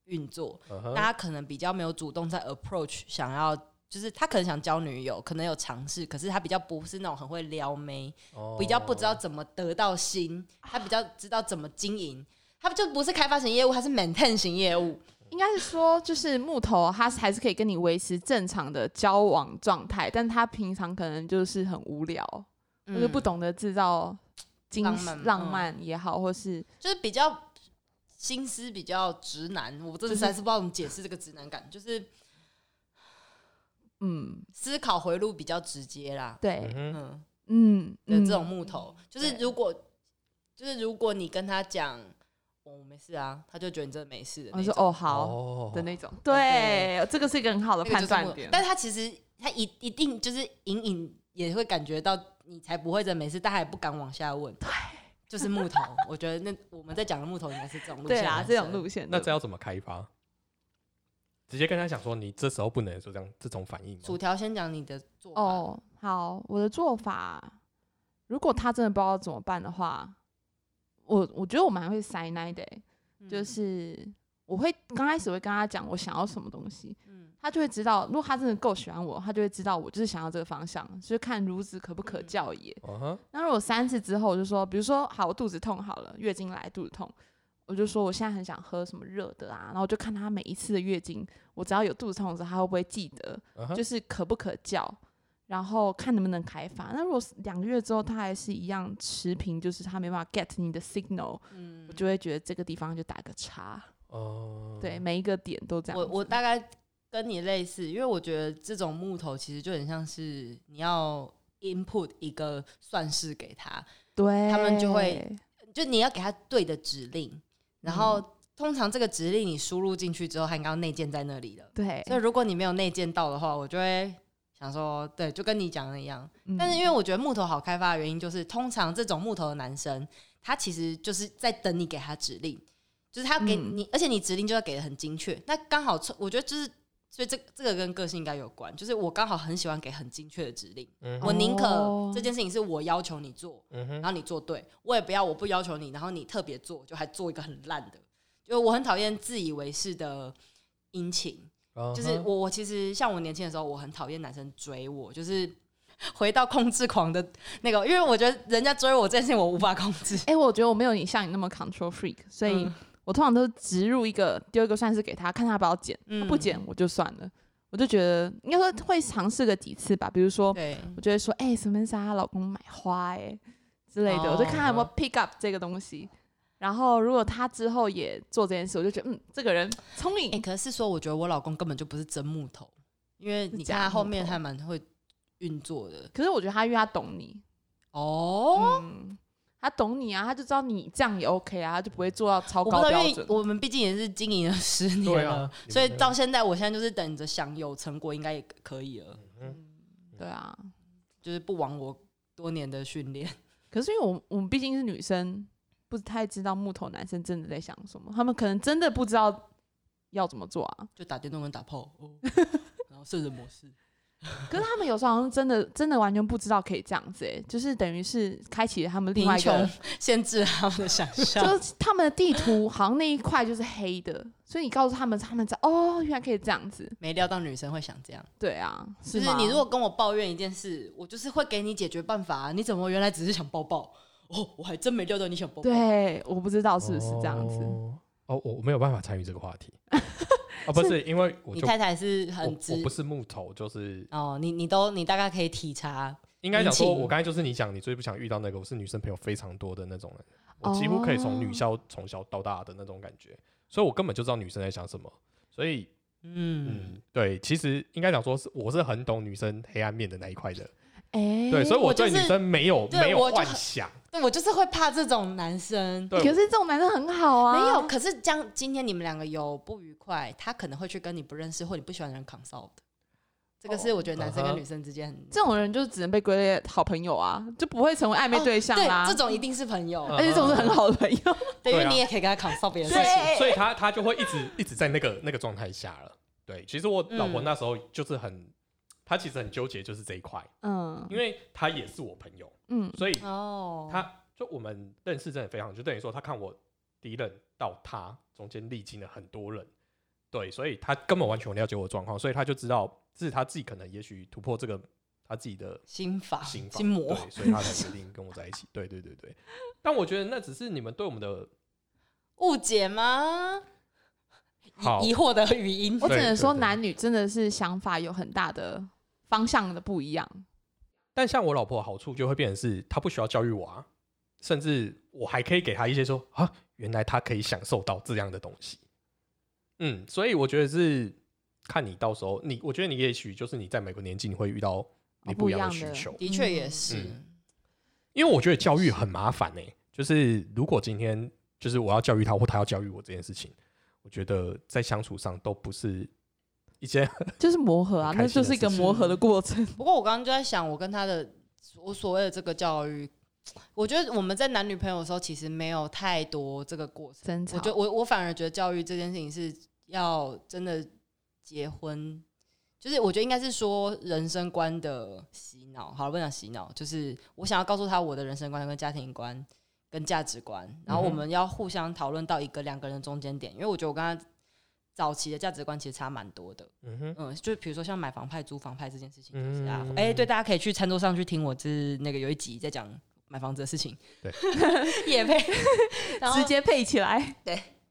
S1: 运作，
S2: 嗯哼
S1: 大家可能比较没有主动在 approach，想要就是他可能想交女友，可能有尝试，可是他比较不是那种很会撩妹，
S2: 哦
S1: 比较不知道怎么得到心，他比较知道怎么经营，他就不是开发型业务，他是 maintain 型业务。
S3: 应该是说，就是木头，他还是可以跟你维持正常的交往状态，但他平常可能就是很无聊，
S1: 嗯
S3: 或者不懂得制造惊
S1: 浪
S3: 喜
S1: 漫
S3: 浪
S1: 嗯
S3: 漫也好，或是
S1: 就是比较心思比较直男，我真的实在是不知道怎么解释这个直男感，就是
S3: 嗯，
S1: 思考回路比较直接啦。
S3: 对
S2: 嗯，哼
S1: 嗯，
S3: 嗯，
S1: 的
S3: 嗯
S1: 这种木头，就是
S3: 对
S1: 如果就是如果你跟他讲。我、没事啊，他就觉得你真的没事的那
S3: 我
S1: 种。
S3: 说哦好
S2: 哦
S3: 的那种，
S1: 对
S3: 对，这个是一个很好的
S1: 那个就
S3: 判
S1: 是
S3: 断
S1: 木
S3: 点，
S1: 但是他其实他一一定就是隐隐也会感觉到你才不会真没事，但他也不敢往下问。对，就是木头。 我觉得那我们在讲的木头应该是这种路
S3: 对
S1: 线
S3: 啦
S1: 男，生
S3: 这种路线的，
S2: 那这要怎么开发？直接跟他讲说，你这时候不能说这样这种反应吗
S1: 薯条先讲你的做法。
S3: 哦，好，我的做法，如果他真的不知道怎么办的话，我我觉得我蛮会塞奶的欸、
S1: 嗯
S3: 就是我会刚开始会跟他讲我想要什么东西，
S1: 嗯
S3: 他就会知道，如果他真的够喜欢我，他就会知道我就是想要这个方向，就是看孺子可不可教也。
S2: 嗯哼，
S3: 那如果三次之后，我就说，比如说好，我肚子痛好了，月经来肚子痛，我就说我现在很想喝什么热的啊，然后我就看他每一次的月经，我只要有肚子痛的时候，他会不会记得，
S2: 嗯哼，
S3: 就是可不可教，然后看能不能开发。那如果是两个月之后他还是一样持平，就是他没办法 get 你的 signal，
S1: 嗯
S3: 我，就会觉得这个地方就打个叉。
S2: 哦，
S3: 对，，每一个点都这样
S1: 我
S3: 子。
S1: 嗯我大概跟你类似，因为我觉得这种木头其实就很像是你要 input 一个算式给他，
S3: 对
S1: 他们就会就你要给他对的指令，然
S3: 嗯
S1: 后、通常这个指令你输入进去之后，它应该要内建在那里了。
S3: 对，
S1: 所以如果你没有内建到的话，我就会想说，对，就跟你讲的一样。
S3: 嗯
S1: 但是因为我觉得木头好开发的原因，就是通常这种木头的男生，他其实就是在等你给他指令，就是他要给
S3: 嗯
S1: 你，而且你指令就要给的很精确。那刚好，我觉得就是。所以这这个跟个性应该有关，就是我刚好很喜欢给很精确的指令，
S2: 嗯
S1: 我宁可
S3: 哦
S1: 这件事情是我要求你做，
S2: 嗯
S1: 然
S2: 哼，
S1: 后你做对，我也不要我不要求你，然后你特别做，就还做一个很烂的，就我很讨厌自以为是的殷勤，
S2: 嗯哼
S1: 就是我，我其实像我年轻的时候，我很讨厌男生追我，就是 回到控制狂的那个，因为我觉得人家追我这件事情我无法控制。
S3: 哎、我觉得我没有你像你那么 control freak，所以
S1: 嗯
S3: 我通常都是植入一个丢一个算式给他，看他要不要剪。
S1: 嗯
S3: 他不剪我就算了，我就觉得应该说会尝试个几次吧。比如说，
S1: 对，
S3: 我就会说，哎、欸，什么莎她老公买花哎、之类的，
S1: 哦
S3: 我就看他有没有 pick up 这个东西。然后如果他之后也做这件事，我就觉得，嗯，这个人聪明
S1: 哎、。可是说我觉得我老公根本就不是真木头，因为你看他后面他蛮会运作的
S3: 可是我觉得他因为他懂你，
S1: 哦。
S3: 嗯，他懂你啊，他就知道你这样也 OK 啊，他就不会做到超
S1: 我不
S3: 高
S1: 知道，
S3: 标
S1: 因为
S3: 准。
S1: 我们毕竟也是经营了十
S2: 对
S1: 年了，
S2: 啊，
S1: 所以
S2: 你们
S1: 到现在，我现在就是等着享有成果，应该也可以了，
S2: 嗯
S3: 对啊，
S1: 就是不枉我多年的训练。
S3: 可是因为我们我们毕竟是女生，不太知道木头男生真的在想什么，他们可能真的不知道要怎么做啊。
S1: 就打电动跟打炮，哦、然后射人模式。
S3: 可是他们有时候好像真的真的完全不知道可以这样子、欸，就是等于是开启了他们另外
S1: 贫
S3: 一个
S1: 穷限制了他们的想象。
S3: 就是他们的地图好像那一块就是黑的，所以你告诉他们，他们才哦，原来可以这样子。
S1: 没料到女生会想这样，
S3: 对啊，
S1: 就是是
S3: 吗？
S1: 你如果跟我抱怨一件事，我就是会给你解决办法、啊。你怎么原来只是想抱抱？哦，我还真没料到你想抱抱。
S3: 对，我不知道是不是这样子。
S2: 哦，哦我我没有办法参与这个 话题啊，不是因为我
S1: 你
S2: 就
S1: 太太是
S2: 我
S1: 很
S2: 我
S1: 直
S2: 不是木头，就是
S1: 哦，你你都你大概可以体察，
S2: 应该讲说，
S1: 民情
S2: 我刚才就是你讲你最不想遇到那个，我是女生朋友非常多的那种人，我几乎可以
S1: 哦
S2: 从女校从小到大的那种感觉，所以我根本就知道女生在想什么，所以
S1: 嗯，
S2: 嗯，对，其实应该讲说是我是很懂女生黑暗面的那一块的，
S3: 哎、
S2: 对，所以
S1: 我就
S2: 对女
S1: 是
S2: 生没有
S1: 对
S2: 没有
S1: 我就
S2: 幻
S1: 很
S2: 想，
S1: 对我就是会怕这种男生。
S2: 对，
S3: 可是这种男生很好啊。
S1: 没有，，可是将今天你们两个有不愉快，他可能会去跟你不认识或你不喜欢的人 consult 的。这个是我觉得男生
S2: 嗯
S1: 跟
S2: 哼
S1: 女生之间很、
S3: 哦这种人就只能被归类好朋友啊，就不会成为暧昧对象啊啦。
S1: 哦对，这种一定是朋友，
S2: 哦嗯
S3: 而且这种是很好的朋友。
S1: 对，因
S2: 对
S1: 为
S2: 啊
S1: 你也可以跟他 consult 别的事
S2: 所
S1: 情。
S2: 以所以他他就会一直一直在那个那个状态下了。对，其实我老婆
S1: 嗯
S2: 那时候就是很，她其实很纠结，就是这一块，
S3: 嗯
S2: 因为她也是我朋友，
S3: 嗯，
S2: 所以
S1: 哦，
S2: 她就我们认识真的非常，就等于说她看我第一任到她中间历经了很多人，对，所以她根本完全了解我的状况，所以她就知道是她自己可能也许突破这个她自己的
S1: 心法、
S2: 心
S1: 啊心魔，
S2: 对，所以她才决定跟我在一起。对对对对，但我觉得那只是你们对我们的
S1: 误解吗？
S2: 好
S1: 疑疑惑的语音
S3: 我只
S2: 对
S3: 能说
S2: 对对
S3: 男女真的是想法有很大的方向的不一样。
S2: 但像我老婆的好处就会变成是，她不需要教育我啊，甚至我还可以给她一些说啊，原来她可以享受到这样的东西。嗯，所以我觉得是看你到时候你，我觉得你也许就是你在每个年纪你会遇到你哦不一样的需求，
S1: 的确也是。
S2: 嗯因为我觉得教育很麻烦呢、就是如果今天就是我要教育她或她要教育我这件事情，我觉得在相处上都不是一件
S3: 就是磨合啊，
S2: 很
S3: 那
S2: 开心的
S3: 就是一个
S2: 事
S1: 情
S3: 磨合的过 程。
S1: 不过我刚刚就在想，我跟他的我所谓的这个教育，我觉得我们在男女朋友的时候其实没有太多这个过程。
S3: 争吵，
S1: 我觉得我我反而觉得教育这件事情是要真的结婚，就是我觉得应该是说人生观的洗脑。好了，不讲洗脑，就是我想要告诉他我的人生观跟家庭观跟价值观，然后我
S2: 嗯哼
S1: 们要互相讨论到一个两个人的中间点，因为我觉得我跟他早期的价值观其实差蛮多的。
S2: 嗯哼，
S1: 嗯，就是比如说像买房派、租房派这件事情，就是啊，哎、
S2: 嗯
S1: 对，大家可以去餐桌上去听我之那个有一集在讲买房子的事情，
S2: 对，
S1: 也 配，然后
S3: 直接配起来。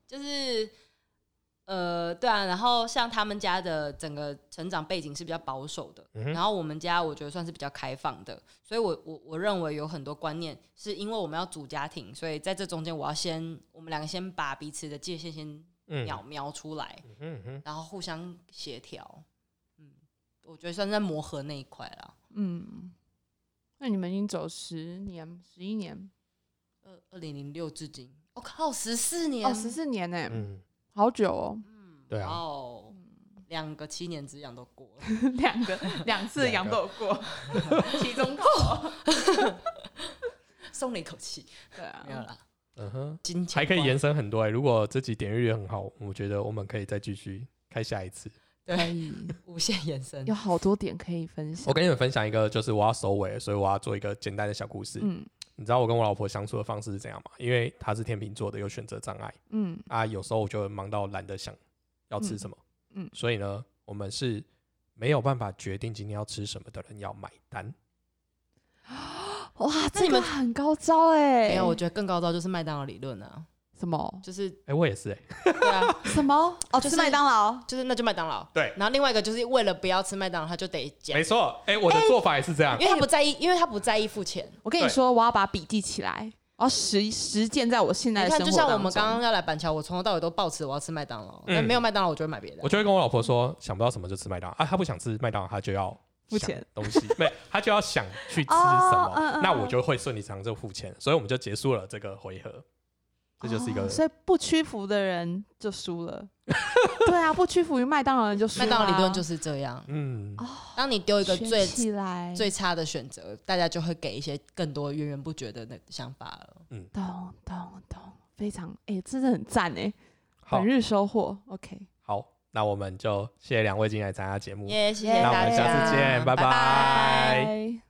S1: 就是呃，对啊，然后像他们家的整个成长背景是比较保守的，
S2: 嗯哼
S1: 然后我们家我觉得算是比较开放的，所以我我我认为有很多观念是因为我们要组家庭，所以在这中间我要先我们两个先把彼此的界限先
S2: 嗯
S1: 描描出来，
S2: 嗯哼，
S1: 然后互相协调，嗯，我觉得算是在磨合那一块啦。
S3: 嗯，那你们已经走十年、十一年，
S1: 二二零零六至今，我、靠，十四年，
S3: 哦，十四年呢、
S2: 嗯，
S3: 好久哦，
S2: 对啊，
S1: 哦，两个七年之痒都过了。
S3: 两 个两次
S2: 两
S3: 羊
S2: 个
S3: 都有 过，其中头。
S1: 松了一口气，
S3: 对
S1: 没有
S3: 啊，
S1: 啦。
S2: 嗯哼。
S1: 金钱
S2: 还可以
S1: 观
S2: 延伸很多哎、如果这集点阅率很好，我觉得我们可以再继续开下一次。
S3: 可
S1: 对
S3: 以
S1: 无限延伸
S3: 有。好多点可以分
S2: 我
S3: 享。
S2: 跟你们分享一个，就是我要收尾了，所以我要做一个简单的小故事。
S3: 嗯
S2: 你知道我跟我老婆相处的方式是怎样吗？因为她是天秤座的，有选择障碍
S3: 嗯
S2: 啊，有时候我就会忙到懒得想要吃
S3: 嗯
S2: 什么，
S3: 嗯
S2: 所以呢，我们是没有办法决定今天要吃什么的人要买单。
S3: 哇，
S1: 那
S3: 这
S1: 你
S3: 个
S1: 们
S3: 很高招哎、
S1: 没有，我觉得更高招就是麦当劳理论啊，
S3: 什么
S1: 就是
S2: 哎、我也是哎、
S1: 对啊，
S3: 什么哦，
S1: 就是
S3: 吃麦当劳。
S1: 就是那就麦当劳。
S2: 对
S1: 然后另外一个就是为了不要吃麦当劳，他就得减
S2: 没，错，哎、我的做法也是这样。
S1: 因为他不在意，因为他不在意付钱。
S3: 我跟你
S2: 对
S3: 说，我要把笔记起来，我要实实践在我现在
S1: 你
S3: 的生
S1: 看，
S3: 活
S1: 就
S3: 当中。
S1: 像我们刚刚要来板桥，我从头到尾都抱持我要吃麦当劳，
S2: 嗯
S1: 那没有麦当劳我就会买别的
S2: 我。就会跟我老婆说，想不到什么就吃麦当劳啊，她不想吃麦当劳，她就要
S3: 付
S2: 想
S3: 钱
S2: 东 西，没，她就要想去吃什
S3: 哦嗯
S2: 么，
S3: 嗯
S2: 那
S3: 嗯
S2: 我就会顺理成章就付钱，所以我们就结束了这个回合。这就是一个
S3: 哦所以不屈服的人就输了。 对啊，不屈服于麦当劳的人就输了
S1: 麦
S3: 啊。
S1: 当劳理论就是这样，
S2: 嗯，
S3: 哦
S1: 当你丢一个
S3: 学
S1: 最
S3: 起来，
S1: 最差的选择，大家就会给一些更多源源不绝的那个想法了。
S3: 懂懂懂，非常哎、真的很赞哎、
S2: 好
S3: 本日收获。OK，
S2: 好，那嗯我们就谢谢两位今天来参加节目，
S1: 耶，谢谢
S3: 那
S2: 我
S1: 大家，
S2: 们下次见拜
S1: 拜
S2: 拜拜
S3: 拜。